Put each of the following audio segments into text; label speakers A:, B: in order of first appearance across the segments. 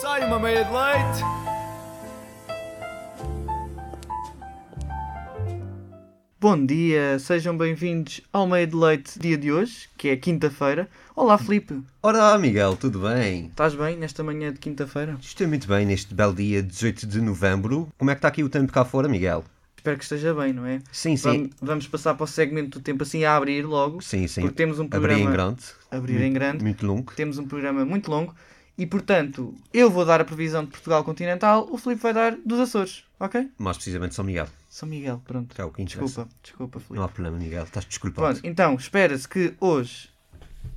A: time. I made it late.
B: Bom dia, sejam bem-vindos ao meio de leite dia de hoje, que é quinta-feira. Olá Filipe,
C: Ora, Miguel, tudo bem?
B: estás bem nesta manhã de quinta-feira?
C: Estou muito bem neste belo dia 18 de novembro. Como é que está aqui o tempo cá fora, Miguel?
B: Espero que esteja bem, não é?
C: Sim, sim.
B: Vamos, vamos passar para o segmento do tempo assim a abrir logo.
C: Sim, sim.
B: Porque temos um
C: Abri em
B: programa-
C: grande.
B: Abrir em grande.
C: Muito longo.
B: Temos um programa muito longo e, portanto, eu vou dar a previsão de Portugal continental, o Filipe vai dar dos Açores, ok?
C: Mais precisamente São Miguel.
B: São Miguel, pronto.
C: Que é o que interessa.
B: Desculpa, desculpa, Filipe.
C: Não há problema, Miguel. Estás desculpado.
B: Pronto, então, espera-se que hoje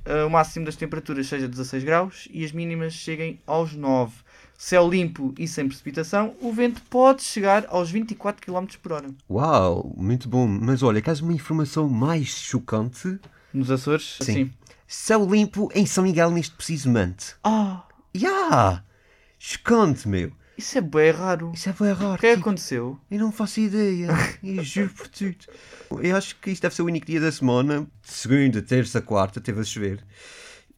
B: eh, o máximo das temperaturas seja 16 graus e as mínimas cheguem aos 9. Céu limpo e sem precipitação, o vento pode chegar aos 24 km por hora.
C: Uau, muito bom. Mas olha, queres uma informação mais chocante?
B: Nos Açores,
C: Sim.
B: assim.
C: Céu limpo em São Miguel neste preciso momento.
B: Ah,
C: Ya! Chocante, meu.
B: isso é bem raro.
C: Isso é bem
B: O
C: raro.
B: que é que aconteceu?
C: Eu não faço ideia. Eu juro por tudo. Eu acho que isto deve ser o único dia da semana. Segunda, terça, quarta, teve a chover.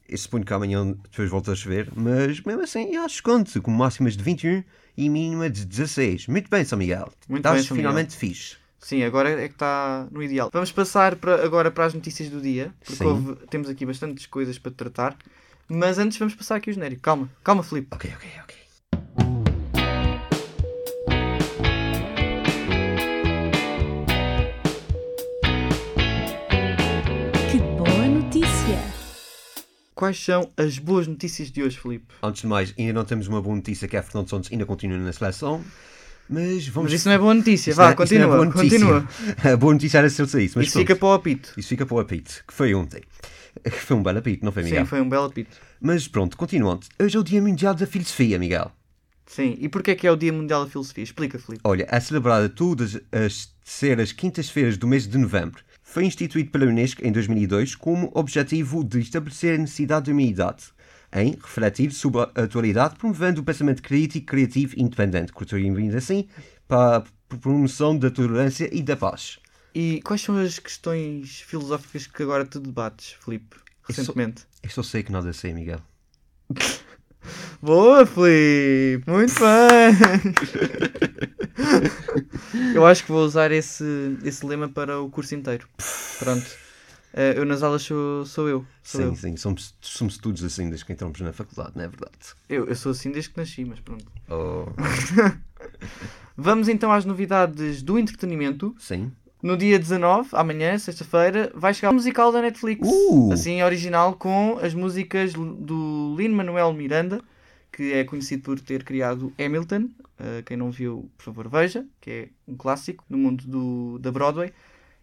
C: Eu suponho que amanhã depois volta a chover. Mas mesmo assim, eu acho que conto com máximas de 21 e mínima de 16. Muito bem, São Miguel.
B: Muito
C: Estás
B: bem, São Miguel.
C: finalmente fixe.
B: Sim, agora é que está no ideal. Vamos passar para- agora para as notícias do dia, porque
C: Sim.
B: houve- temos aqui bastantes coisas para tratar. Mas antes vamos passar aqui o genérico. Calma, calma, Filipe.
C: Ok, ok, ok.
D: Que boa notícia!
B: Quais são as boas notícias de hoje, Filipe?
C: Antes de mais, ainda não temos uma boa notícia que é Fernando Santos ainda continua na seleção. Mas vamos.
B: Mas isso não é boa notícia,
C: Isto
B: vá,
C: não é- isto não é
B: continua,
C: boa notícia.
B: continua.
C: A boa notícia era se ele saísse. Mas
B: Isso fica
C: pronto.
B: para o apito.
C: Isso fica para o apito, que foi ontem. Foi um belo apito, não foi, Miguel?
B: Sim, foi um belo apito.
C: Mas pronto, continuando. Hoje é o Dia Mundial da Filosofia, Miguel.
B: Sim, e porquê é que é o Dia Mundial da Filosofia? Explica, Filipe.
C: Olha, é celebrada todas as terceiras quintas-feiras do mês de novembro. Foi instituído pela Unesco em 2002 como objetivo de estabelecer a necessidade da humanidade em refletir sobre a atualidade, promovendo o pensamento crítico, criativo e independente, contribuindo assim para a promoção da tolerância e da paz.
B: E quais são as questões filosóficas que agora tu debates, Filipe,
C: Isso-
B: recentemente?
C: Eu só sei que nada sei, Miguel.
B: Boa, Filipe! Muito bem! eu acho que vou usar esse, esse lema para o curso inteiro. Pronto. Eh, eu nas aulas sou, sou eu. Sou
C: sim,
B: eu.
C: sim, somos, somos todos assim desde que entramos na faculdade, não é verdade?
B: eu. Eu sou assim desde que nasci, mas pronto.
C: Oh,
B: Vamos então às novidades do entretenimento.
C: sim.
B: No dia 19, amanhã, sexta-feira, vai chegar o musical da Netflix.
C: Uh!
B: Assim, original, com as músicas do Lin-Manuel Miranda, que é conhecido por ter criado Hamilton. Uh, quem não viu, por favor, veja, que é um clássico no mundo do, da Broadway.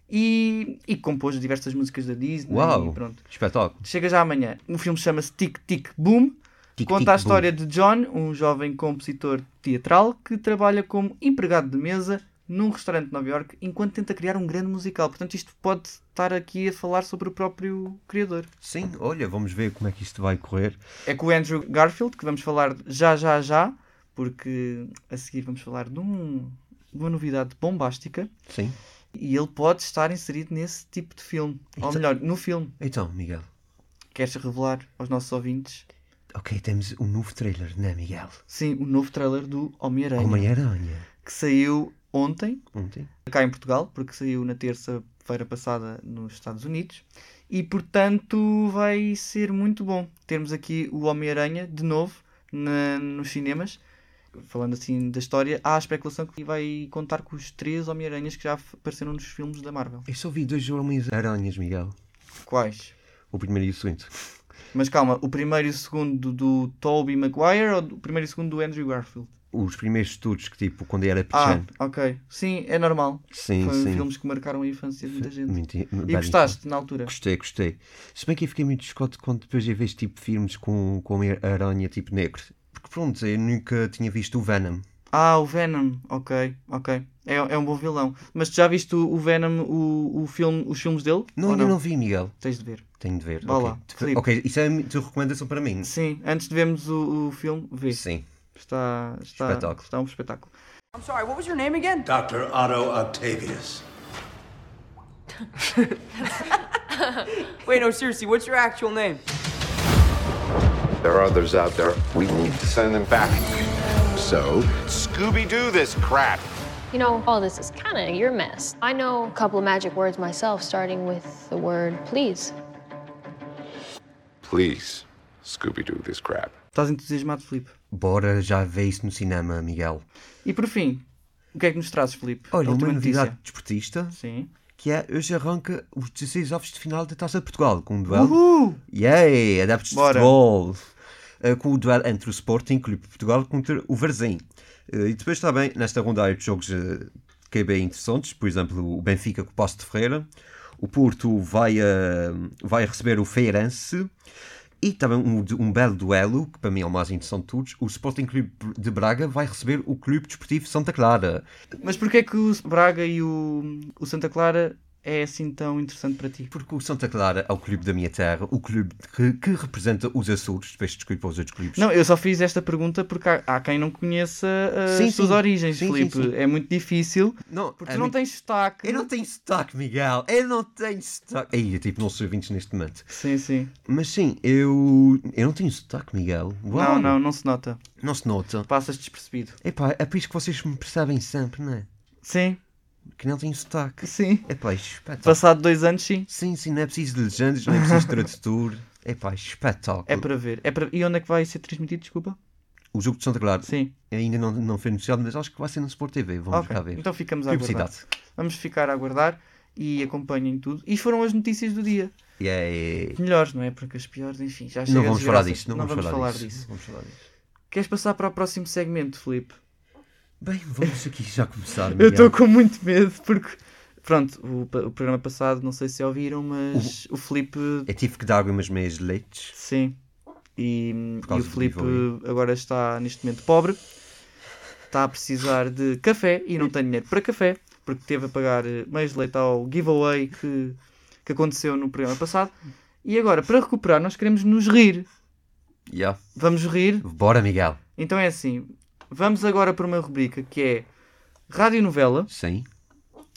B: E, e compôs diversas músicas da Disney.
C: Uau!
B: E pronto.
C: Espetáculo.
B: Chega já amanhã. O filme chama-se Tic Tic Boom.
C: Tic,
B: Conta
C: tic,
B: a
C: boom.
B: história de John, um jovem compositor teatral que trabalha como empregado de mesa num restaurante de Nova York enquanto tenta criar um grande musical. Portanto, isto pode estar aqui a falar sobre o próprio criador.
C: Sim, olha, vamos ver como é que isto vai correr.
B: É com o Andrew Garfield, que vamos falar já, já, já, porque a seguir vamos falar de, um- de uma novidade bombástica
C: Sim.
B: e ele pode estar inserido nesse tipo de filme. Ou
C: Então-
B: melhor, no filme.
C: Então, Miguel,
B: Queres revelar aos nossos ouvintes?
C: ok, temos um novo trailer, né, Miguel? é
B: Sim, o novo trailer do Homem-Aranha,
C: Homem-Aranha.
B: que saiu ontem.
C: Ontem?
B: cá em Portugal, porque saiu na terça-feira passada nos Estados Unidos. E portanto vai ser muito bom termos aqui o Homem-Aranha de novo na- nos cinemas. Falando assim da história, há a especulação que vai contar com os três Homem-Aranhas que já f- apareceram nos filmes da Marvel.
C: Eu só vi dois Homens-Aranhas, Miguel.
B: Quais?
C: O primeiro e o segundo.
B: Mas calma, o primeiro e o segundo do Tobey Maguire ou o primeiro e o segundo do Andrew Garfield?
C: Os primeiros todos que, tipo, quando eu era
B: Ah,
C: pequeno.
B: ok. Sim, é normal.
C: sim,
B: Foram
C: sim.
B: filmes que marcaram a infância de muita gente.
C: Muito-
B: E
C: bem,
B: gostaste na altura?
C: Gostei, gostei. Se bem que eu fiquei muito escote quando depois eu vejo, tipo, filmes com, com Homem-Aranha, tipo, negro. Porque, pronto, eu nunca tinha visto o Venom.
B: Ah, o Venom, ok, ok. É, é um bom vilão. Mas tu já viste o, o Venom, o, o filme, os filmes dele?
C: Não,
B: Ou
C: ainda não? vi, Miguel.
B: Tens de ver.
C: Tenho de ver.
B: Vá
C: ok.
B: lá, Filipe.
C: Ok, isso é a tua recomendação para mim?
B: Sim, antes de vermos o, o filme, vê.
C: Sim.
B: Está, está,
C: Espetáculo.
B: está um espetáculo.
E: I'm sorry, what was your name again?
F: Dr. Otto Octavius.
E: Wait, no, seriously, what's your actual name?
A: There are others out there. We need to send them back. So, Scooby Doo this crap.
G: You know, all Oh, this is kind of your mess. I know a couple of magic words myself, starting with the word please.
A: Please, Scooby Doo this crap.
B: Estás entusiasmado, Filipe.
C: Bora já ver isso no cinema, Miguel.
B: E por fim, o que é que nos trazes, Filipe?
C: Olha,
B: A
C: uma
B: última
C: novidade desportista
B: Sim.
C: que é hoje arranca os 16 ovos de final da Taça de Portugal com um duelo.
B: Uhul!
C: Yay! Adeptos
B: Bora.
C: de futebol! Uh, com o duelo entre o Sporting Clube de Portugal contra o Varzim. Uh, e depois também, nesta ronda há outros jogos uh, que é bem interessantes, por exemplo, o Benfica com o Passo de Ferreira, o Porto vai, uh, vai receber o Feirense, e também um, du- um belo duelo, que para mim é o mais interessante de todos, o Sporting Clube de Braga vai receber o Clube Desportivo Santa Clara.
B: Mas porquê é que o Braga e o, o Santa Clara é assim tão interessante para ti?
C: Porque o Santa Clara é o clube da minha terra, o clube que, que representa os Açores, peço desculpa aos outros clubes.
B: Não, eu só fiz esta pergunta porque há, há quem não conheça eh, as
C: Sim,
B: suas
C: sim.
B: origens,
C: Sim, sim,
B: Filipe.
C: sim.
B: É muito difícil
C: Não,
B: porque
C: é
B: tu não
C: muito-
B: tens destaque.
C: Eu não tenho sotaque, Miguel. Eu não tenho sotaque. Aí, eu, tipo, não sou ouvintes neste momento.
B: Sim, sim.
C: Mas sim, eu. Eu não tenho sotaque, Miguel. Uau.
B: Não, não, não se nota.
C: Não se nota.
B: Passas despercebido.
C: Epá, é por isso que vocês me percebem sempre, não é?
B: Sim,
C: Que Então. não tenho sotaque.
B: sim.
C: Epá, espetáculo.
B: Passado dois anos, sim.
C: Sim, sim, não é preciso de legendas, não é preciso de tradutor. Epá, espetáculo.
B: É para ver. É para... E onde é que vai ser transmitido? Desculpa.
C: O jogo de Santa Clara
B: Sim.
C: ainda não, não foi anunciado, mas acho que vai ser no Sport TV. Vamos
B: Ok.
C: cá ver.
B: Então ficamos a aguardar.
C: Publicidade.
B: Vamos ficar a aguardar e acompanhem tudo. E foram as notícias do dia.
C: Yeah.
B: Melhores, não é? Porque as piores, enfim, já chega
C: Não
B: de
C: vamos falar
B: desgraça.
C: disto, não, vamos, falar, disso. Não Vamos falar disso.
B: Queres passar para o próximo segmento, Filipe?
C: Bem, vamos aqui já começar.
B: Eu
C: Miguel.
B: estou com muito medo porque. Pronto, o, pa- o programa passado, não sei se ouviram, mas o Filipe.
C: Eu tive que dar algumas meias É de leite.
B: Sim. E, e
C: causa
B: o
C: do
B: Filipe
C: giveaway.
B: agora está neste momento pobre. Está a precisar de café e não tem dinheiro para café porque teve a pagar eh, meios de leite ao giveaway que, que aconteceu no programa passado. E agora, para recuperar, nós queremos nos rir.
C: Yeah.
B: Vamos rir
C: Bora, Miguel.
B: Então é assim, vamos agora para uma rubrica que é radionovela
C: Sim.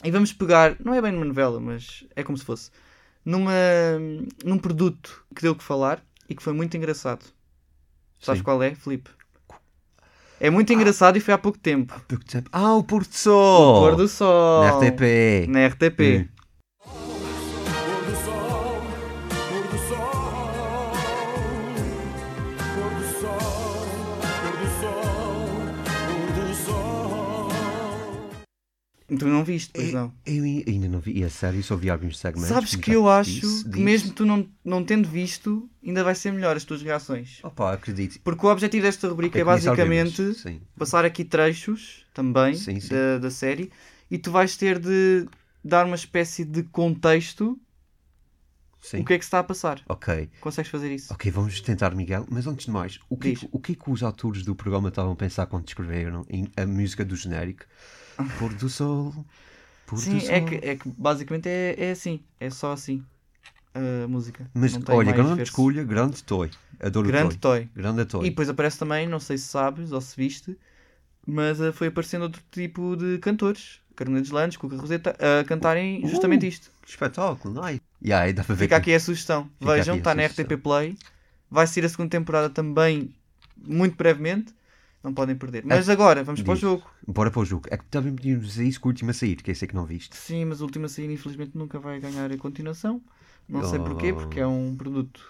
B: e vamos pegar, não é bem numa novela, mas é como se fosse, numa, num produto que deu o que falar e que foi muito engraçado. Sabes
C: Sim.
B: qual é, Filipe? É muito engraçado e foi há pouco tempo.
C: Pouco tempo. Ah, o Porto Sol!
B: Pôr do sol. Né,
C: Na RTP.
B: Na RTP.
C: Hum.
B: Tu não viste, pois não.
C: Eu, eu ainda não vi, e a sério, só vi alguns segmentos.
B: Sabes
C: como é
B: que
C: já
B: eu
C: te
B: acho
C: disse,
B: que
C: disse.
B: mesmo tu não, não tendo visto, ainda vai ser melhor as tuas reações.
C: Opa, acredito.
B: Porque o objetivo desta rubrica é,
C: Eu conheço
B: basicamente
C: algumas, Sim.
B: passar aqui trechos também
C: Sim, sim.
B: Da, da série e tu vais ter de dar uma espécie de contexto
C: Sim. Ah,
B: o que é que se está a passar.
C: Ok.
B: Consegues fazer isso?
C: Ok, vamos tentar, Miguel. Mas antes de mais, o que,
B: Diz.
C: o que é que os autores do programa estavam a pensar quando escreveram em- a música do genérico? Pôr do Sol. Pôr do
B: Ah. Sim,
C: Sol.
B: é que, é que basicamente é, é assim, é só assim a música.
C: Mas
B: Não tem
C: olha,
B: mais
C: grande
B: verso.
C: escolha, grande toy. Adoro
B: Grande
C: o toy.
B: toy.
C: Grande toy.
B: E depois aparece também, não sei se sabes ou se viste, mas eh, foi aparecendo outro tipo de cantores. Carolina Deslandes, Cuca Roseta, a cantarem
C: Uh,
B: justamente isto.
C: Que espetáculo, não é? Yeah, dá para ver
B: Fica
C: que-
B: aqui a sugestão.
C: Fica
B: Vejam,
C: aqui a
B: está na
C: sugestão.
B: RTP Play. Vai sair a segunda temporada também, muito brevemente. Não podem perder. Mas agora, vamos para o
C: Ah, diz.
B: jogo.
C: Bora para o jogo. É que também podíamos dizer isso com o último a sair, que eu sei que não viste.
B: Sim, mas a última saída, infelizmente, nunca vai ganhar a continuação. Não sei
C: Oh.
B: porquê, porque é um produto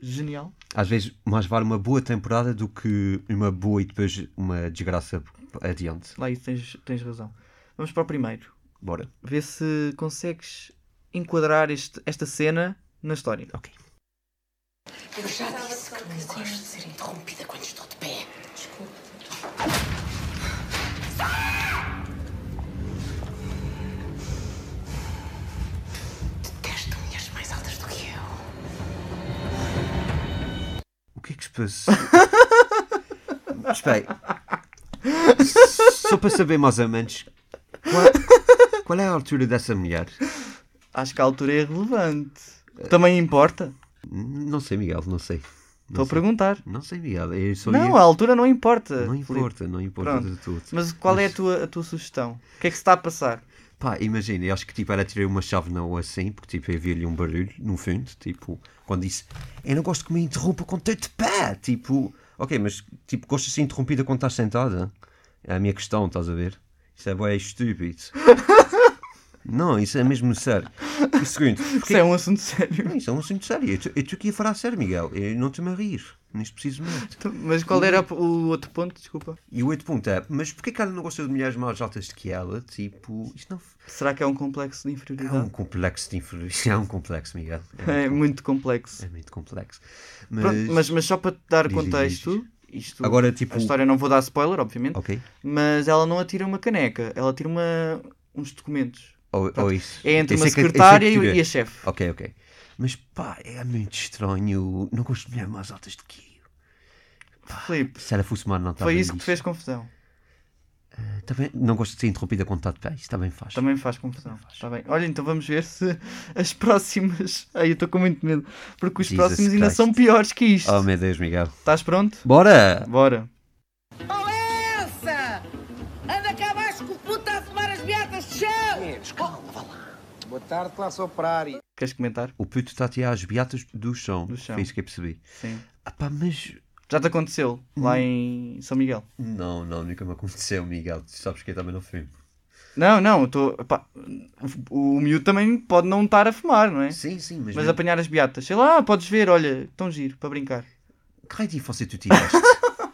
B: genial.
C: Às vezes, mais vale uma boa temporada do que uma boa e depois uma desgraça adiante.
B: Lá isso tens, tens razão. Vamos para o primeiro.
C: Bora.
B: Vê se consegues enquadrar este- esta cena na história.
C: Ok.
H: Eu já disse que não gosto de ser interrompida quando estou de pé. Desculpa. Detesto mulheres mais altas do que eu.
C: O que é que se passa? Espera aí. Só para saber mais ou menos. Qual, qual é a altura dessa mulher?
B: Acho que a altura é relevante. Também importa.
C: N- Não sei, Miguel, não sei.
B: Estou
C: Não
B: a
C: sei.
B: perguntar.
C: Não sei, Miguel. Eu só
B: Não,
C: ia-
B: a altura não importa.
C: não
B: Filipe.
C: importa, não importa
B: Pronto.
C: de tudo.
B: Mas qual é a tua, a tua sugestão? O que é que se está a passar?
C: Pá, imagina, eu acho que tipo era tirar uma chave na ou assim, porque tipo havia ali um barulho no fundo, tipo, quando disse eu não gosto que me interrompa quando estou de pé. Yeah, tipo, ok, mas tipo, gostas de ser interrompida quando estás sentada? É a minha questão, estás a ver? Isso é bué estúpido. não, isso é mesmo sério. E segundo,
B: Isso é um assunto sério.
C: Não, Isso é um assunto sério. Eu estou- Eu estou aqui a falar a sério, Miguel. Eu não estou-me a rir, neste preciso momento.
B: Então, Mas qual era
C: Hum.
B: o outro ponto? Desculpa.
C: E o outro ponto é, mas porquê que ela não gosta de mulheres mais altas do que ela? Tipo, isto não...
B: Será que é um complexo de
C: É um
B: inferioridade?
C: complexo de infeliz. É um complexo, Miguel.
B: É muito complexo.
C: É muito complexo.
B: Pronto, mas, mas só para te dar
C: Diz, diz,
B: contexto, isto
C: Agora, tipo-
B: a história é não vou dar spoiler, obviamente,
C: Ok.
B: mas ela não atira uma caneca, ela atira uma, uns documentos.
C: Ou, ou
B: Pronto.
C: isso.
B: É entre
C: Esse
B: uma
C: que- esse que
B: secretária e-
C: tira.
B: e a chefe.
C: Ok, ok. Mas pá, é muito estranho. Não gosto de mulheres mais altas do que eu.
B: Filipe,
C: Se ela fosse humana, não estava
B: foi
C: Ah, tá bem
B: isso que te
C: disto.
B: fez confusão.
C: Também não gosto de ser interrompida quando está de pé. Isso também faz.
B: Também faz confusão. Está bem. Olha, então vamos ver se as próximas. Ai, eu estou com muito medo. Porque os
C: Jesus
B: próximos ainda
C: Christ.
B: são piores que isto.
C: Oh meu Deus, Miguel.
B: Estás pronto?
C: Bora!
B: Bora.
H: Qual é essa? Anda cá abaixo que o puto está a fumar as beatas de
I: É,
H: chão!
I: Boa tarde, classe operária.
B: Queres comentar?
C: O puto está a tirar as beatas do chão.
B: Do chão.
C: Foi isso que eu percebi.
B: Sim.
C: Ah pá, mas.
B: Já te aconteceu
C: Uhum.
B: lá em São Miguel?
C: Não, não, nunca me aconteceu, Miguel. Tu sabes que eu também não fumo.
B: Não, não, eu estou. pá, O o miúdo também pode não estar a fumar, não é?
C: Sim, sim, mas.
B: Mas
C: mesmo-
B: apanhar as beatas. Sei lá, podes ver, olha, tão giro, para brincar.
C: Que raio de infância tu tiveste?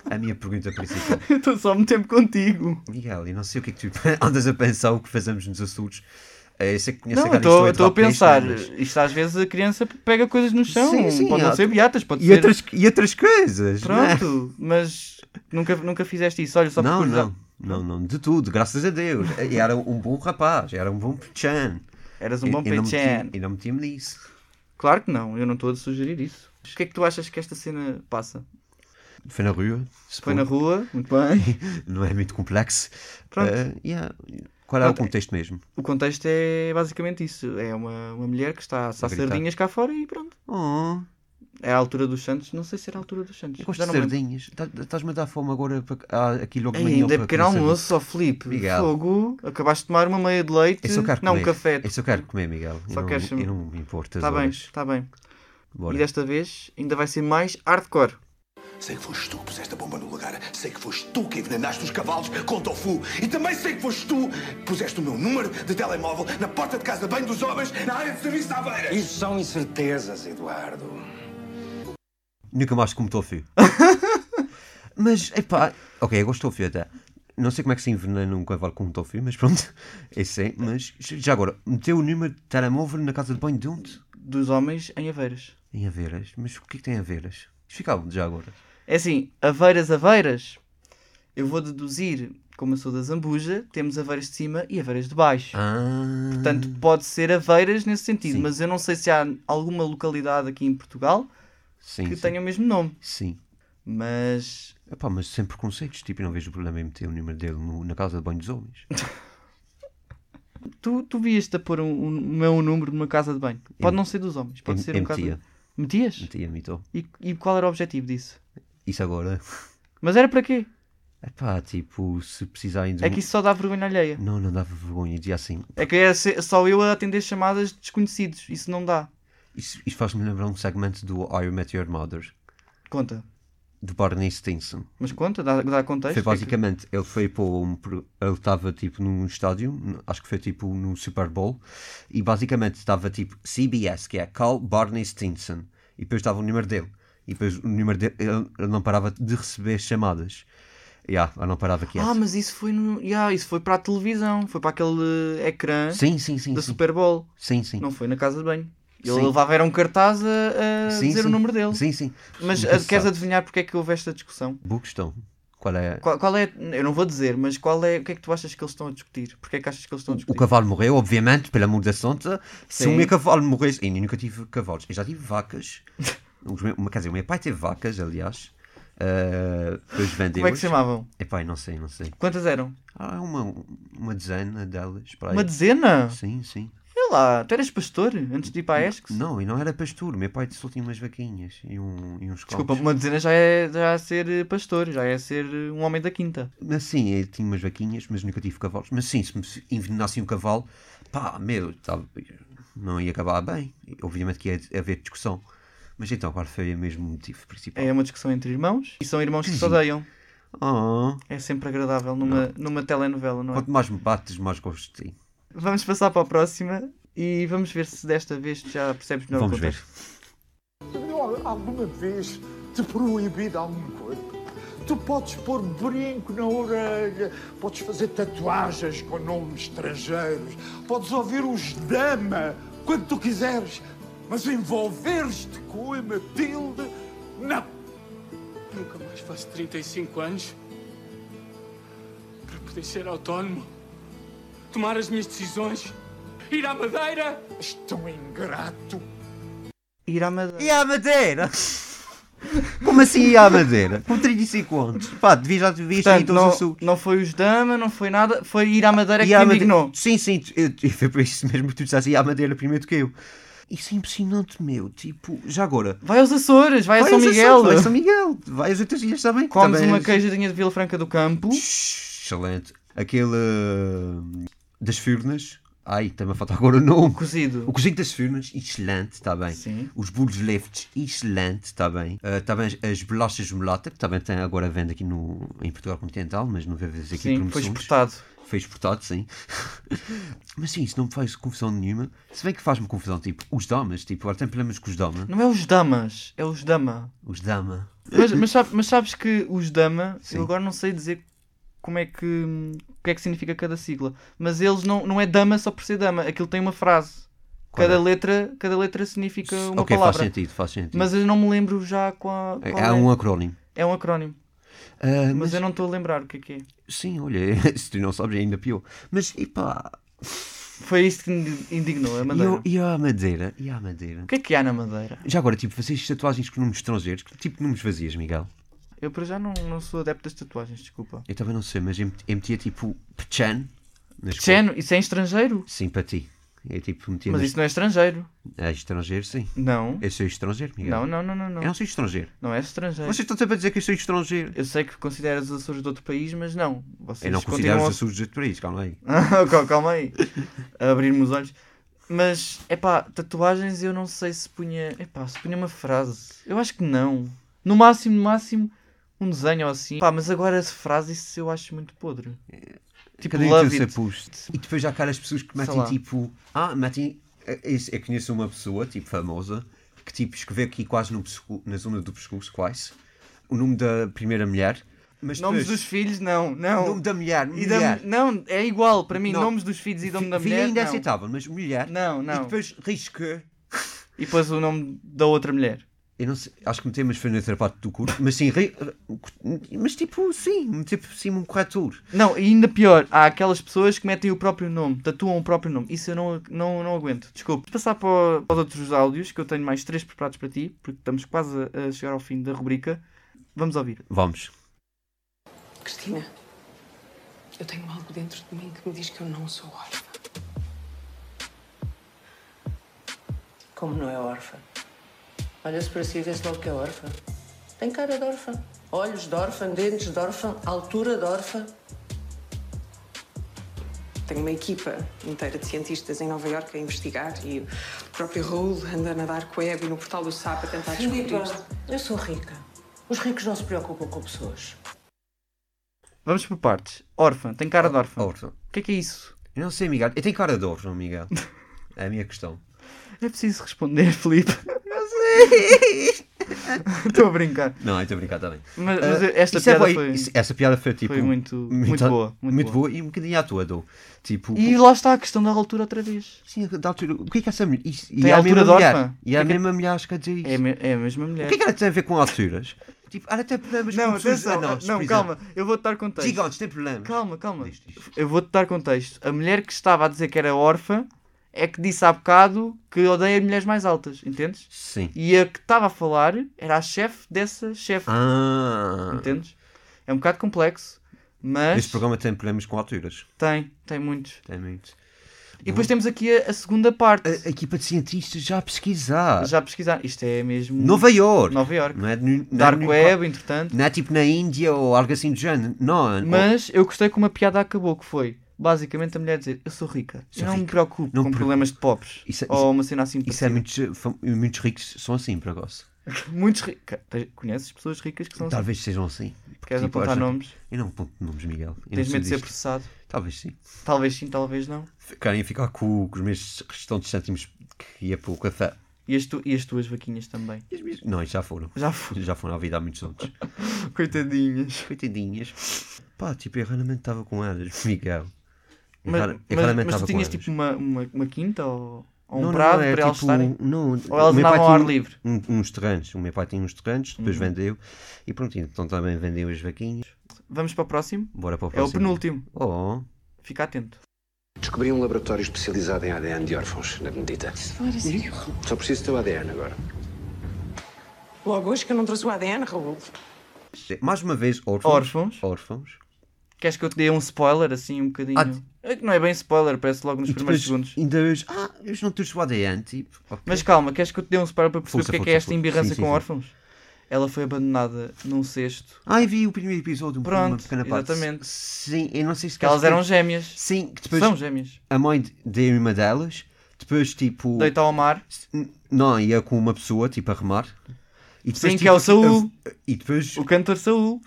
C: a minha pergunta principal.
B: Eu estou só a meter-me contigo.
C: Miguel, eu não sei o que é que tu andas a pensar o que fazemos nos Açores. Eh, Eu sei que conheço
B: não,
C: alguém
B: eu estou
C: que
B: eu estou
C: estou
B: a
C: entrar peixe,
B: pensar.
C: é mas-
B: Isto às vezes a criança pega coisas no chão.
C: Sim, sim,
B: pode não
C: há-
B: ser beatas, pode
C: E
B: ser.
C: outras, e outras coisas. né?
B: Pronto, mas nunca, nunca fizeste isso. Olha, só por
C: Não,
B: curiosidade.
C: não, não, não, de tudo, graças a Deus. E era um bom rapaz, era um bom pechan.
B: Eras um bom
C: e, e não meti-
B: pechan.
C: E não meti-me nisso.
B: Claro que não, eu não estou a sugerir isso. O que é que tu achas que esta cena passa?
C: Foi na rua.
B: Foi na rua, muito bem.
C: Não é muito complexo.
B: Pronto.
C: Eh, yeah. Qual é o
B: Pronto, é-
C: contexto mesmo?
B: O contexto é basicamente isso. É uma, uma mulher que está a assar
C: A gritar.
B: sardinhas cá fora e pronto.
C: Oh,
B: É a altura dos Santos, não sei se era a altura dos Santos.
C: eu gosto
B: já
C: de
B: não me lembro.
C: sardinhas. Tá- Estás-me a dar fome agora para, ah, aqui logo de
B: Ei,
C: manhã.
B: ainda é
C: para
B: pequeno
C: comer sardinhas.
B: almoço, ó Filipe.
C: assim. Obrigado.
B: Fogo, acabaste de tomar uma meia de leite.
C: Eu só quero
B: não,
C: comer.
B: um café.
C: Eu só quero comer, Miguel.
B: Só
C: eu, não,
B: queres-
C: eu não me importo.
B: Está bem, está bem. E desta vez ainda vai ser mais hardcore.
F: Sei que foste tu que puseste a bomba no lugar. Sei que foste tu que envenenaste os cavalos com tofu. E também sei que foste tu que puseste o meu número de telemóvel na porta de casa de banho dos homens na área de serviço da beira.
I: Isso são incertezas, Eduardo.
C: Nunca mais como tofu. mas, epá, ok, eu gosto de tofu até. Não sei como é que se envenena um cavalo com tofu, mas pronto. Esse é, mas já agora, meteu o número de telemóvel na casa de banho de onde?
B: Dos homens em Aveiras.
C: Em Aveiras. Mas o que é que tem Aveiras? Fica onde já agora?
B: É assim, Aveiras, Aveiras. Eu vou deduzir, como eu sou da Zambuja, temos Aveiras de cima e Aveiras de baixo.
C: Ah,
B: Portanto, pode ser Aveiras nesse sentido,
C: Sim.
B: mas eu não sei se há alguma localidade aqui em Portugal
C: sim,
B: que
C: sim.
B: tenha o mesmo nome.
C: Sim.
B: Mas
C: Epá, mas sem preconceitos, tipo, eu não vejo problema em meter o número dele no- na casa de banho dos homens.
B: tu, tu vieste a pôr um, um, o meu número numa casa de banho. Pode não ser dos homens, pode
C: Eu-
B: ser
C: eu
B: um caso.
C: metia.
B: Metias?
C: Metia, mitou.
B: E, e qual era o objetivo disso?
C: Isso agora.
B: Mas era para quê?
C: Epá, tipo, se precisarem de.
B: É
C: um-
B: que isso só dá vergonha alheia.
C: Não, não dava vergonha. Dizia assim.
B: É que é se- só eu a atender chamadas de desconhecidos. Isso não dá.
C: Isso, isso faz-me lembrar um segmento do I Met Your Mother,
B: Conta.
C: do Barney Stinson.
B: Mas conta, dá, dá contexto. o
C: Foi
B: que é que-
C: basicamente, ele foi para um. pro- Ele estava tipo num estádio, n- acho que foi tipo no Super Bowl, e basicamente estava tipo CBS, que é Carl Barney Stinson, e depois estava o número dele. E depois o número dele, ele, ele não parava de receber chamadas. Yeah, ele não parava quieto.
B: Ah, mas isso foi no. Yeah, isso foi para a televisão, foi para aquele eh, ecrã
C: Sim, sim, sim.
B: da
C: sim.
B: Super Bowl.
C: Sim, sim.
B: Não foi na casa de banho. Ele
C: Sim.
B: levava era um cartaz a, a
C: Sim,
B: dizer
C: sim.
B: o número dele.
C: Sim, sim.
B: Mas
C: Nunca
B: ah,
C: se
B: queres
C: sabe.
B: adivinhar porque é que houve esta discussão?
C: Boa questão. Qual é?
B: Qual, qual é. Eu não vou dizer, mas qual é. O que é que tu achas que eles estão a discutir? Porque é que achas que eles estão a
C: O
B: discutir?
C: cavalo morreu, obviamente, pelo amor da santa. Se o
B: Sim.
C: meu cavalo morresse. Eu nunca tive cavalos. Eu já tive vacas. Os meu- Quer dizer, o meu pai teve vacas, aliás. Ah, depois vendeu.
B: Como é que se chamavam?
C: Epá, eu não sei, não sei.
B: Quantas eram?
C: Há uma, uma dezena delas. para aí.
B: Uma dezena?
C: Sim, sim.
B: Sei lá, tu eras pastor antes de ir para a ESCS?
C: Não, e não era pastor. Meu pai só tinha umas vaquinhas e, um, e uns cavos.
B: Desculpa, uma dezena já é, já é ser pastor, já é ser um homem da quinta.
C: Mas sim, eu tinha umas vaquinhas, mas nunca tive cavalos. Mas sim, se me envenenassem um cavalo, pá, meu, tava- não ia acabar bem. Obviamente que ia haver discussão. Mas então, qual foi mesmo o motivo principal?
B: É uma discussão entre irmãos e são irmãos que se odeiam.
C: Oh,
B: É sempre agradável numa, numa telenovela, não é?
C: quanto mais me bates, mais gosto de ti.
B: Vamos passar para a próxima e vamos ver se desta vez já percebes melhor
C: Vamos
B: o
C: ver.
B: contexto.
J: Alguma vez te proibi de alguma coisa? Tu podes pôr brinco na orelha, podes fazer tatuagens com nomes estrangeiros, podes ouvir os dama quando tu quiseres, mas envolveres-te com a Matilde, não!
K: Nunca mais faço 35 anos para poder ser autónomo, tomar as minhas decisões, ir à Madeira.
J: És tão ingrato!
B: Ir à Madeira.
C: E à Madeira? Como assim e à Madeira? Com 35 anos. Pá, devias já devias ter
B: Portanto,
C: todos os
B: não,
C: assuntos.
B: não foi os Dama, não foi nada, foi ir à Madeira que
C: à
B: te
C: Madeira-
B: indignou.
C: Sim, sim, tu- eu- e foi por isso mesmo que tu disseste e à Madeira primeiro do que eu. Isso é impressionante, meu. Tipo, já agora.
B: Vai aos Açores, vai, a
C: Vai
B: É São
C: aos Açores,
B: Miguel,
C: Vai a São Miguel. Vai às outras ilhas também. que
B: comes
C: também é
B: uma
C: és-
B: queijadinha de Vila Franca do Campo.
C: Excelente. Aquele hum, das Furnas. Ai, está-me a faltar agora o nome.
B: Cozido.
C: O cozinho das Furnas, excelente, está bem.
B: Sim.
C: Os burros lefts, excelente, está bem. Ah, Está bem as bolachas de melata, que também tem agora a venda aqui no, em Portugal Continental, mas não vejo é aqui
B: Sim, foi
C: promoções.
B: exportado.
C: Foi exportado, sim. mas sim, isso não me faz confusão nenhuma. Se bem que faz-me confusão, tipo, os damas, tipo, agora tem problemas com os dama.
B: Não é os Damas, é os Dama.
C: Os dama.
B: Mas, mas sabe- mas sabes que os Dama, eu agora não sei dizer como é que, o que é que significa cada sigla, mas eles não, não é Dama só por ser Dama, aquilo tem uma frase.
C: Qual
B: Cada
C: é?
B: letra, cada letra significa uma
C: ok,
B: palavra.
C: faz sentido, faz sentido.
B: Mas eu não me lembro já qual,
C: é,
B: qual
C: há
B: é.
C: um acrónimo.
B: É um acrónimo.
C: Ah,
B: Mas, eu não estou a lembrar o que é que é.
C: Sim, olha, se tu não sabes é ainda pior. Mas e pá,
B: Foi isto que me indignou, a
C: e
B: Madeira.
C: o- e a Madeira? E a Madeira?
B: O que é que há na Madeira?
C: Já agora, tipo, fazias tatuagens com números estrangeiros? Que tipo de números fazias, Miguel?
B: Eu para já não, não sou adepto das tatuagens, desculpa.
C: Eu também não sei, mas eu met- eu metia tipo Pechan. nas
B: Cheno, isso é em estrangeiro?
C: costas. Sim, para ti. Eu tipo metia
B: Mas
C: nas-
B: isso não é estrangeiro.
C: Ah, estrangeiro, sim.
B: Não.
C: Eu sou É estrangeiro, Miguel.
B: Não, não, não, não,
C: Eu
B: não.
C: não sou estrangeiro.
B: Não é estrangeiro.
C: Vocês estão sempre a dizer que eu sou estrangeiro.
B: Eu sei que consideras os Açores de outro país, mas não. Vocês
C: Eu não considero
B: continuam
C: os Açores de outro país, calma aí.
B: Ah, cal- Calma aí. A Abrir-me os olhos. Mas, epá, tatuagens eu não sei se punha. Epá, se punha uma frase. Eu acho que não. No máximo, no máximo, um desenho ou assim. Pá, mas agora essa frase isso eu acho muito podre. Tipo,
C: Cadê
B: love
C: esse
B: it.
C: aposto? E depois já cá as pessoas que
B: Sei
C: metem
B: lá.
C: tipo. Ah, metem. eh, esse- Eu conheço uma pessoa, tipo famosa, que tipo escreveu aqui quase no pesco- na zona do pescoço, quase, o nome da primeira mulher. Mas
B: Nomes
C: depois-
B: dos filhos, não, não.
C: Nome da mulher,
B: E
C: mulher.
B: da- não, é igual para mim.
C: Não.
B: Nomes dos filhos e nome da
C: Filha
B: mulher.
C: ainda é
B: não.
C: aceitável, mas mulher.
B: Não, não.
C: E depois risque.
B: E depois o nome da outra mulher.
C: Eu não sei, acho que metei, mas foi noutra parte do curso. Mas sim, ri- mas tipo, sim, meti por cima um corretor.
B: Não, e ainda pior, há aquelas pessoas que metem o próprio nome, tatuam o próprio nome. Isso eu não, não, não aguento. Desculpe. Vou passar para, o- para os outros áudios, que eu tenho mais três preparados para ti, porque estamos quase a, a chegar ao fim da rubrica. Vamos ouvir.
C: Vamos.
H: Cristina, eu tenho algo dentro de mim que me diz que eu não sou órfã.
E: Como não é órfã? Olha-se para si e vê-se logo que é órfã. Tem cara de órfã. Olhos de órfã, dentes de órfã, altura de órfã.
H: Tenho uma equipa inteira de cientistas em Nova Iorque a investigar e o próprio Raul anda a nadar com a Abby no portal do SAP a tentar descobrir
E: Filipa,
H: isto.
E: eu sou rica. Os ricos não se preocupam com pessoas.
B: Vamos por partes. Órfã, tem cara de órfã.
C: Órfão.
B: O que é que é isso?
C: Eu não sei, Miguel. Eu tenho cara de órfão, Miguel. É a minha questão.
B: É preciso responder, Felipe. Estou a brincar.
C: Não, eu estou a brincar também.
B: Mas, mas esta
C: Isso é
B: piada
C: boi-
B: foi.
C: isso- essa piada foi tipo.
B: foi muito- muito
C: a-
B: boa, muito
C: muito boa. e um bocadinho à toa, dou. Tipo.
B: E lá está a questão da altura outra vez.
C: Sim, da altura. O que é que essa mulher. Isso, e
B: Tem
C: é a
B: altura
C: mesma
B: de
C: mulher.
B: órfã?
C: E é a
B: Que que-
C: mesma mulher, acho que a dizer isto.
B: É, a me- é a mesma mulher.
C: O que é que ela tem a ver com alturas? Tipo, ela tem problemas
B: Não,
C: com pessoas
B: atenção.
C: anãs, por
B: não,
C: exemplo.
B: calma. Eu vou-te dar contexto.
C: Gigantes tem problemas.
B: Calma, calma.
C: Diz, diz.
B: Eu vou-te dar contexto. A mulher que estava a dizer que era órfã é que disse há bocado que odeia mulheres mais altas, entendes?
C: Sim.
B: E a que estava a falar era a chefe dessa chefe,
C: Ah.
B: entendes? É um bocado complexo, mas
C: Este programa tem problemas com alturas.
B: tem, tem muitos.
C: Tem muito.
B: E depois temos aqui a, a segunda parte.
C: A, a equipa de cientistas já a pesquisar.
B: Já pesquisar. Isto é mesmo.
C: Nova York.
B: Nova Iorque.
C: Não é, no, não é
B: Dark
C: no-
B: Web, entretanto.
C: Não é tipo na Índia ou algo assim do género. Não.
B: Mas eu gostei como a piada acabou, que foi basicamente a mulher dizer: Eu sou rica,
C: Sou
B: não me
C: rica.
B: preocupo
C: Não
B: com
C: me preocupo.
B: problemas de pobres.
C: Isso, é-
B: ou uma cena assim
C: Isso é muitos, fam- muitos ricos são assim, precoce.
B: Muitos ricos. Conheces pessoas ricas que são assim?
C: Talvez sejam assim. Porque,
B: Queres apontar
C: olha,
B: nomes?
C: Eu não aponto nomes, Miguel. Eu
B: Tens
C: não sou
B: medo de ser
C: disto.
B: processado?
C: Talvez sim.
B: Talvez sim, talvez não.
C: Ficarem a ficar com, com os meus restantes cêntimos que ia para o café.
B: E as, tu- e as tuas vaquinhas também.
C: Não, isso já foram.
B: Já foram.
C: Já foram à vida há muitos anos.
B: Coitadinhas.
C: Coitadinhas. Pá, tipo, eu raramente estava com elas, Miguel. Eu
B: Mas,
C: rara- eu
B: mas,
C: raramente
B: mas tu
C: estava com
B: tinhas
C: elas.
B: tipo uma, uma, uma quinta ou, ou um
C: Não, não,
B: prado
C: é
B: para elas
C: tipo,
B: estarem?
C: Não,
B: ou elas
C: o meu pai
B: andavam ao ar
C: tinha
B: livre?
C: um- uns terrenos. O meu pai tinha uns terrenos, depois
B: Uhum.
C: vendeu. E pronto, então também vendeu as vaquinhas.
B: Vamos para o próximo?
C: Bora para
B: É
C: o
B: o
C: próximo.
B: penúltimo.
C: Oh,
B: Fica atento.
L: Descobri um laboratório especializado em ADN de órfãos, na Benedita. Só preciso do teu ADN agora.
H: Logo hoje que eu não trouxe o ADN, Raul.
C: mais uma vez, órfãos. Órfãos.
B: Queres que eu te dê um spoiler assim um bocadinho? É que Não é bem spoiler, parece logo nos
C: Ah, E
B: primeiros
C: depois,
B: segundos.
C: Ainda hoje, ah, eu não trouxe o ADN, tipo. ok.
B: Mas calma, queres que eu te dê um spoiler para perceber
C: Força,
B: porque é que é
C: força,
B: esta
C: força.
B: embirrança
C: Sim, sim,
B: com
C: sim.
B: órfãos? Ela foi abandonada num cesto.
C: Ai, vi o primeiro episódio, um- uma
B: Pronto,
C: pequena parte.
B: exatamente.
C: Sim, eu não sei se
B: Que elas
C: queres-
B: eram gêmeas.
C: Sim, que depois.
B: São gêmeas.
C: A mãe de- da irmã delas, depois, tipo.
B: Deita ao mar.
C: N- Não, ia com uma pessoa, tipo, a remar. E tipo,
B: Sim, que é o Saúl.
C: E depois.
B: O cantor Saúl.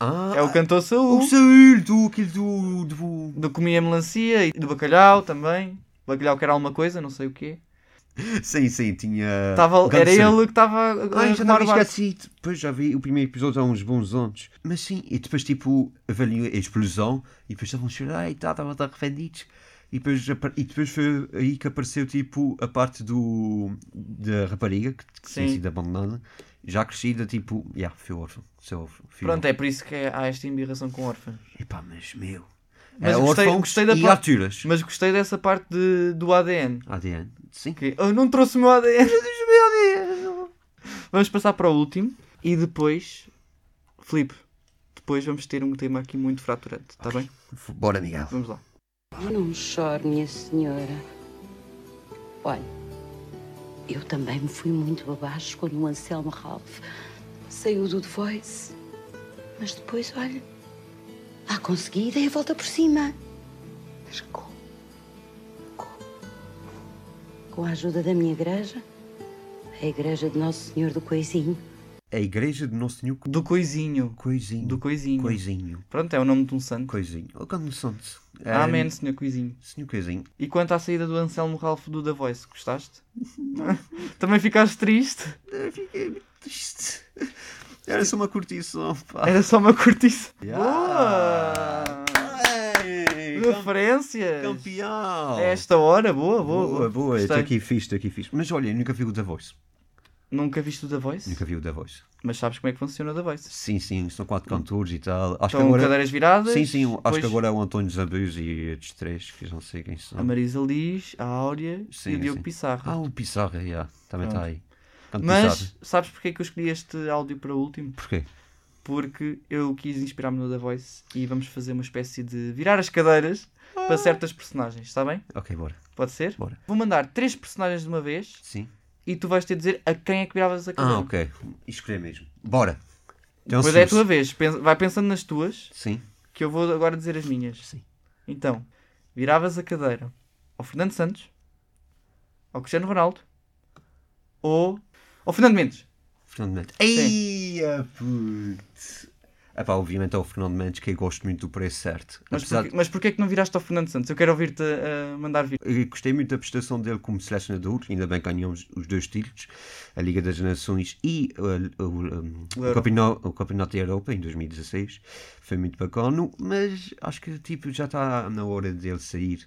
C: Ah,
B: É o cantor Saúl.
C: O Saúl, do, aquele do, do.
B: Do comia melancia e do bacalhau também. Bacalhau que era alguma coisa, não sei o quê.
C: Sim, sim, tinha.
B: Tava,
C: Ganso.
B: era ele que estava a a
C: Ai, já
B: arrumar
C: estava
B: o barco.
C: esquecido. Depois já vi o primeiro episódio há uns bons anos. Mas sim, e depois tipo, veio a explosão e depois estavam a chorar e tal, estavam tão arrependidos. E depois, apa- e depois foi aí que apareceu tipo a parte do da rapariga que, que tinha
B: Sim.
C: sido abandonada, já crescida, tipo, já, yeah, fui órfão, sou órfão. fui
B: Pronto,
C: órfão."
B: é por isso que é- há esta embirração com órfãos.
C: Epá, mas meu.
B: Mas
C: É
B: eu gostei,
C: órfãos
B: gostei da
C: e
B: parte-
C: aturas.
B: Mas gostei dessa parte de- do ADN.
C: ADN, sim.
B: Que, "Oh, não trouxe o meu ADN. Vamos passar para o último e depois, Filipe, depois vamos ter um tema aqui muito fraturante, está bem?
C: Bora, Miguel.
B: Vamos lá.
M: Não chore, minha senhora. Olha, eu também me fui muito abaixo quando o Anselmo Ralph saiu do The Voice. Mas depois, olha, ah, consegui e dei a volta por cima. Mas como? Como? Com a ajuda da minha igreja, a igreja de Nosso Senhor do Coisinho.
C: A igreja de Nosso Senhor
B: do Coisinho.
C: Coisinho.
B: Do Coisinho. Ah,
C: Coisinho.
B: Pronto, é o nome de um santo.
C: Coisinho. O que é um santo?
B: Amém, senhor Coisinho.
C: Senhor Coisinho.
B: E quanto à saída do Anselmo Ralph do The Voice, gostaste? Também ficaste triste?
C: Fiquei muito triste. Era só uma curtição, pá.
B: Era só uma cortiça.
C: Yeah.
B: Boa! Referências!
C: Campeão!
B: A Esta hora, boa, boa.
C: Boa, boa. Estou
B: Gostei.
C: aqui é fixe, estou aqui fixe. Mas olha, eu nunca vi o The Voice.
B: Nunca viste o The Voice?
C: Nunca vi o The Voice.
B: Mas sabes como é que funciona o The Voice?
C: Sim, sim, são quatro cantores e tal. Acho
B: Estão Então, cadeiras viradas,
C: Sim, sim. Acho
B: depois-
C: que agora é o António Zambios e outros três, que eu não sei quem são.
B: A Marisa Liz, a Áurea
C: Sim,
B: e o Diogo
C: sim.
B: Pissarro.
C: Ah, o Pissarra, yeah, também está
B: Pronto.
C: aí. Canto
B: Mas
C: Pissarra.
B: sabes porque é que eu escolhi este áudio para o último?
C: Porquê?
B: Porque eu quis inspirar-me no The Voice e vamos fazer uma espécie de virar as cadeiras
C: Ah.
B: para certas personagens, está bem?
C: Ok, bora.
B: Pode ser?
C: Bora.
B: Vou mandar três personagens de uma vez
C: Sim.
B: e tu vais ter de dizer a quem é que viravas a cadeira.
C: Ah, ok. Escolher mesmo. Bora. Então,
B: Depois
C: se-
B: é a tua vez. Pen- Vai pensando nas tuas.
C: Sim.
B: Que eu vou agora dizer as minhas.
C: Sim.
B: Então, viravas a cadeira ao Fernando Santos, ao Cristiano Ronaldo ou ao Fernando
C: É
B: Mendes.
C: Fernando Mendes. Eia, putz. Epá, obviamente é o Fernando Mendes que eu gosto muito do preço certo.
B: Mas,
C: Apesar
B: porquê, mas porquê é que não viraste ao Fernando Santos? Eu quero ouvir-te a mandar vir.
C: Eu gostei muito da prestação dele como selecionador, ainda bem que ganhamos os dois títulos, a Liga das Nações e uh, o, um,
B: O
C: o
B: Euro.
C: Campeonato- o Campeonato da Europa em 2016. Foi muito bacana, mas acho que tipo, já está na hora dele sair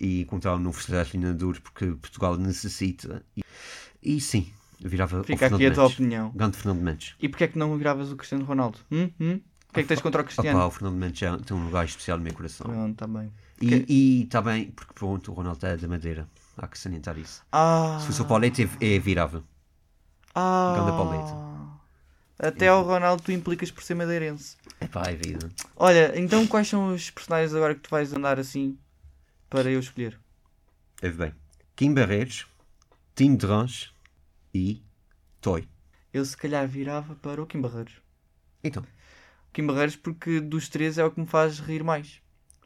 C: e encontrar um novo selecionador porque Portugal necessita. E, e sim, virava o
B: Fica
C: Fernando
B: aqui a tua
C: Mendes.
B: opinião.
C: Grande Fernando Mendes.
B: E porquê é que não viravas o Cristiano Ronaldo? Hum? Hum? O que é que tens contra o Cristiano?
C: Opa, o Fernando Mendes é- tem um lugar especial no meu coração.
B: Pronto, tá bem.
C: E, e também, porque pronto, o Ronaldo é da Madeira. Há que salientar isso.
B: Ah.
C: Se fosse o Paulete, é é virável.
B: Ah.
C: Ganda Paulete.
B: Até ao Ronaldo tu implicas por ser madeirense.
C: Epá, é vida.
B: Olha, então quais são os personagens agora que tu vais andar assim para eu escolher?
C: É bem. Kim Barreiros, Tim Drange e Toy.
B: Eu se calhar virava para o Kim Barreiros.
C: Então.
B: O Kim Barreiros porque dos três é o que me faz rir mais.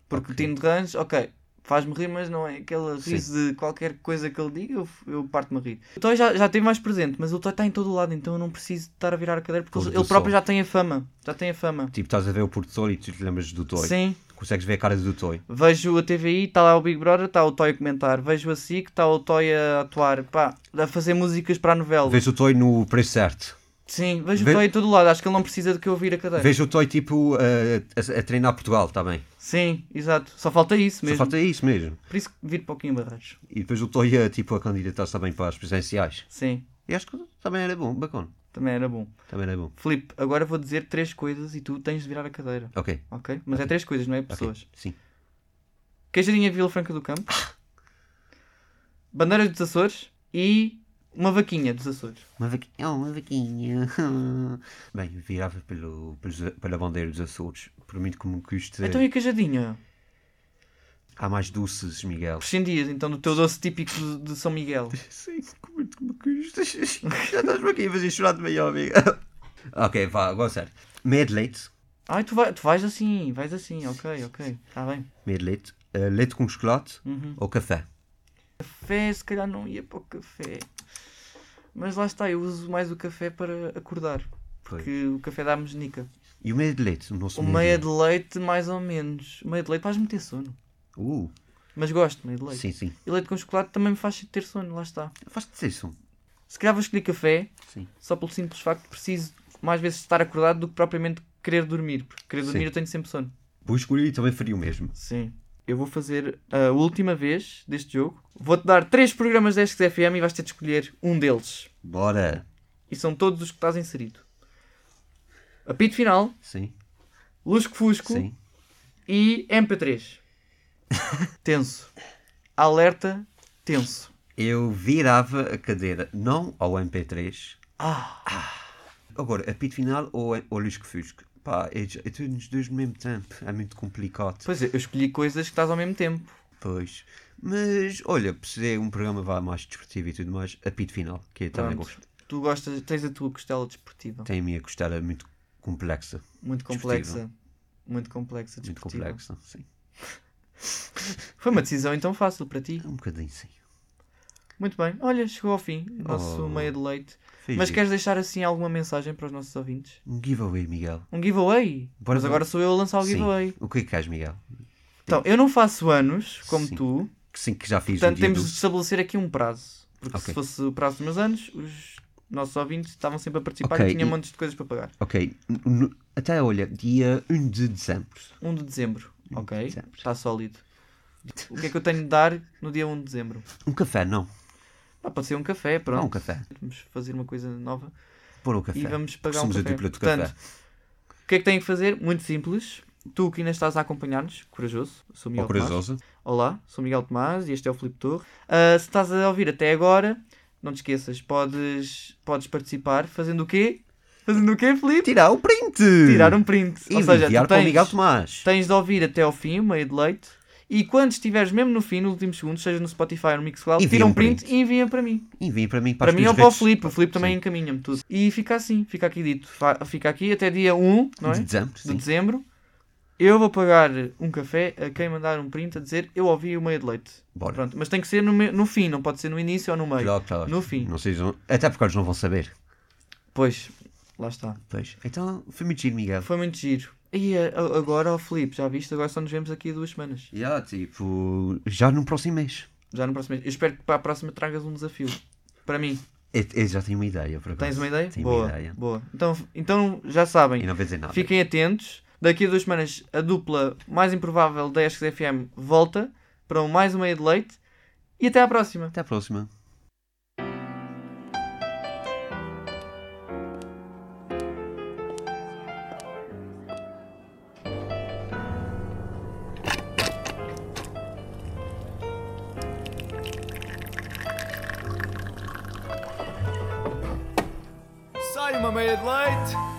B: Porque o Tino de Rãs, ok, faz-me rir, mas não é aquele riso de qualquer coisa que ele diga, eu, eu parto-me a rir. O Toy já, já tem mais presente, mas o Toy está em todo o lado, então eu não preciso estar a virar a cadeira porque
C: Pôr
B: ele,
C: do
B: ele próprio
C: sol.
B: já tem a fama. Já tem a fama.
C: Tipo, estás a ver o Porto Sol e tu te lembras do Toy.
B: Sim.
C: Consegues ver a cara do Toy.
B: Vejo a TVI, está lá o Big Brother, está o Toy a comentar. Vejo a SIC, está o Toy a atuar, pá, a fazer músicas para a novela.
C: Vês o Toy no preço certo.
B: Sim, vejo
C: Ve-
B: o Toy em todo o lado, acho que ele não precisa de que eu vire a cadeira.
C: Vejo o Toy, tipo, a, a- a treinar Portugal também.
B: Sim, exato. Só falta isso mesmo.
C: Só falta isso mesmo.
B: Por isso que vir para o Quinho Barreiros.
C: E depois o Toy, eh, tipo, a candidatar também para as presenciais.
B: Sim.
C: E acho que também era bom, bacana.
B: Também era bom.
C: Também era bom.
B: Filipe, agora vou dizer três coisas e tu tens de virar a cadeira.
C: Ok.
B: Ok? Mas é
C: Ok.
B: três coisas, não é?
C: Ok,
B: Pessoas.
C: Sim.
B: Queijadinha de Vila Franca do Campo. Bandeiras dos Açores. E uma vaquinha dos Açores.
C: Uma vaquinha. Oh, uma vaquinha. Bem, virava pelo, pelos- pela bandeira dos Açores. Por muito que me custe.
B: Então e a queijadinha?
C: Há mais doces, Miguel.
B: Prescindias então do teu doce típico de São Miguel.
C: Sim, como é que me custa? Já estás-me aqui a fazer chorar de manhã, amigo. ok, vá, agora sério. Meia de leite.
B: Ai, tu, vai- tu vais assim, vais assim, ok, ok. Está bem.
C: Meia de leite. eh, leite com chocolate
B: Uhum.
C: ou café.
B: Café, se calhar não ia para o café. Mas lá está, eu uso mais o café para acordar.
C: Pois.
B: Porque o café dá-me genica.
C: E o meia de leite, o nosso
B: O meia de leite, mais ou menos. O meia de leite faz-me ter sono.
C: Uh,
B: Mas gosto de meia de leite.
C: Sim, sim.
B: E leite com chocolate também me faz ter sono, lá está.
C: Faz-te ter sono.
B: Se calhar vou escolher café,
C: Sim.
B: só pelo simples facto de preciso mais vezes estar acordado do que propriamente querer dormir. Porque querer dormir
C: Sim.
B: eu tenho sempre sono.
C: Vou escolher e também faria o mesmo.
B: Sim. Eu vou fazer a última vez deste jogo. Vou-te dar três programas da SXFM e vais ter de escolher um deles.
C: Bora.
B: E são todos os que estás inserido. Apito final,
C: Sim.
B: Lusco Fusco
C: Sim.
B: e MP3. tenso. Alerta, tenso.
C: Eu virava a cadeira não ao MP3.
B: Ah,
C: Agora, apito final ou, ou Lusco Fusco? Pá, é, é tudo nos dois no mesmo tempo. É muito complicado.
B: pois é, eu escolhi coisas que estás ao mesmo tempo.
C: Pois. Mas, olha, se é um programa vá mais desportivo e tudo mais, apito final, que eu também
B: Pronto.
C: gosto.
B: Tu gostas, tens a tua costela desportiva.
C: Tem a minha costela muito complexa.
B: Muito complexa. Muito complexa,
C: Muito
B: desportiva.
C: complexa, sim.
B: Foi uma decisão então fácil para ti.
C: Um bocadinho, sim.
B: Muito bem. Olha, chegou ao fim o nosso
C: Oh,
B: meia de leite.
C: fiz
B: Mas
C: isso.
B: queres deixar assim alguma mensagem para os nossos ouvintes?
C: Um giveaway, Miguel.
B: Um giveaway?
C: Bora
B: Mas
C: ver.
B: agora sou eu a lançar o
C: Sim.
B: giveaway.
C: O que é que queres, Miguel?
B: Então, eu não faço anos, como
C: Sim.
B: tu.
C: Que sim, que já fiz no
B: Portanto,
C: dia
B: temos de
C: 12.
B: estabelecer aqui um prazo. Porque se
C: Ok.
B: fosse o prazo dos meus anos, os nossos ouvintes estavam sempre a participar
C: Ok,
B: e tinham
C: e-
B: montes de coisas para pagar.
C: Ok. n- n- Até, olha, dia 1 de dezembro.
B: 1 de dezembro, ok?
C: Um dezembro.
B: Está sólido. O que é que eu tenho de dar no dia 1 de dezembro?
C: Um café, não.
B: Ah, pode ser um café, pronto.
C: Não, um café.
B: Vamos fazer uma coisa nova
C: Pôr o café.
B: e vamos
C: Porque
B: pagar
C: somos
B: um
C: a
B: café.
C: dupla do
B: Portanto,
C: café.
B: o que é que tenho que fazer? Muito simples. Tu que ainda estás a acompanhar-nos, corajoso, sou Miguel
C: Ou corajosa.
B: Tomás. Olá, sou Miguel Tomás e este é o Filipe Torre. Ah, se estás a ouvir até agora, não te esqueças, podes, podes participar fazendo o quê? Fazendo o quê, Filipe?
C: Tirar o print!
B: Tirar um print.
C: Tipo E
B: Ou seja,
C: enviar
B: tu
C: para o
B: tens,
C: Miguel Tomás.
B: tens de ouvir até ao fim, o meio de leite. E quando estiveres mesmo no fim, no último segundo, seja no Spotify ou no Mixcloud,
C: Envia
B: tira um
C: um
B: print,
C: print.
B: e envia para mim.
C: Enviem para mim.
B: Para
C: as
B: mim é um ou
C: minhas
B: para o
C: redes.
B: Filipe, o Filipe também
C: Sim.
B: encaminha-me tudo. E fica assim, fica aqui dito. Fa- Fica aqui até dia 1, não é?
C: De dezembro,
B: De
C: sim.
B: dezembro. Eu vou pagar um café a quem mandar um print a dizer eu ouvi o meio de leite.
C: Bora.
B: Pronto, mas tem que ser no, me- no fim, não pode ser no início ou no meio.
C: Claro, claro.
B: No fim.
C: Não sejam... Até porque eles não vão saber.
B: Pois, lá está.
C: Pois. Então, foi muito giro, Miguel.
B: Foi muito giro. E a- a- agora, ó Filipe, já viste? Agora só nos vemos aqui a duas semanas.
C: Já, tipo, já no próximo mês.
B: Já no próximo mês. Eu espero que para a próxima tragas um desafio. Para mim.
C: Eu, eu já tenho uma ideia, por acaso.
B: Tens uma ideia?
C: Tenho
B: boa,
C: uma ideia.
B: boa. Então, então já sabem.
C: E não vou dizer nada.
B: Fiquem atentos. Daqui a duas semanas, a dupla mais improvável da SXFM volta para um mais uma meia de leite. E até à próxima.
C: Até à próxima.
N: Sai uma meia de leite.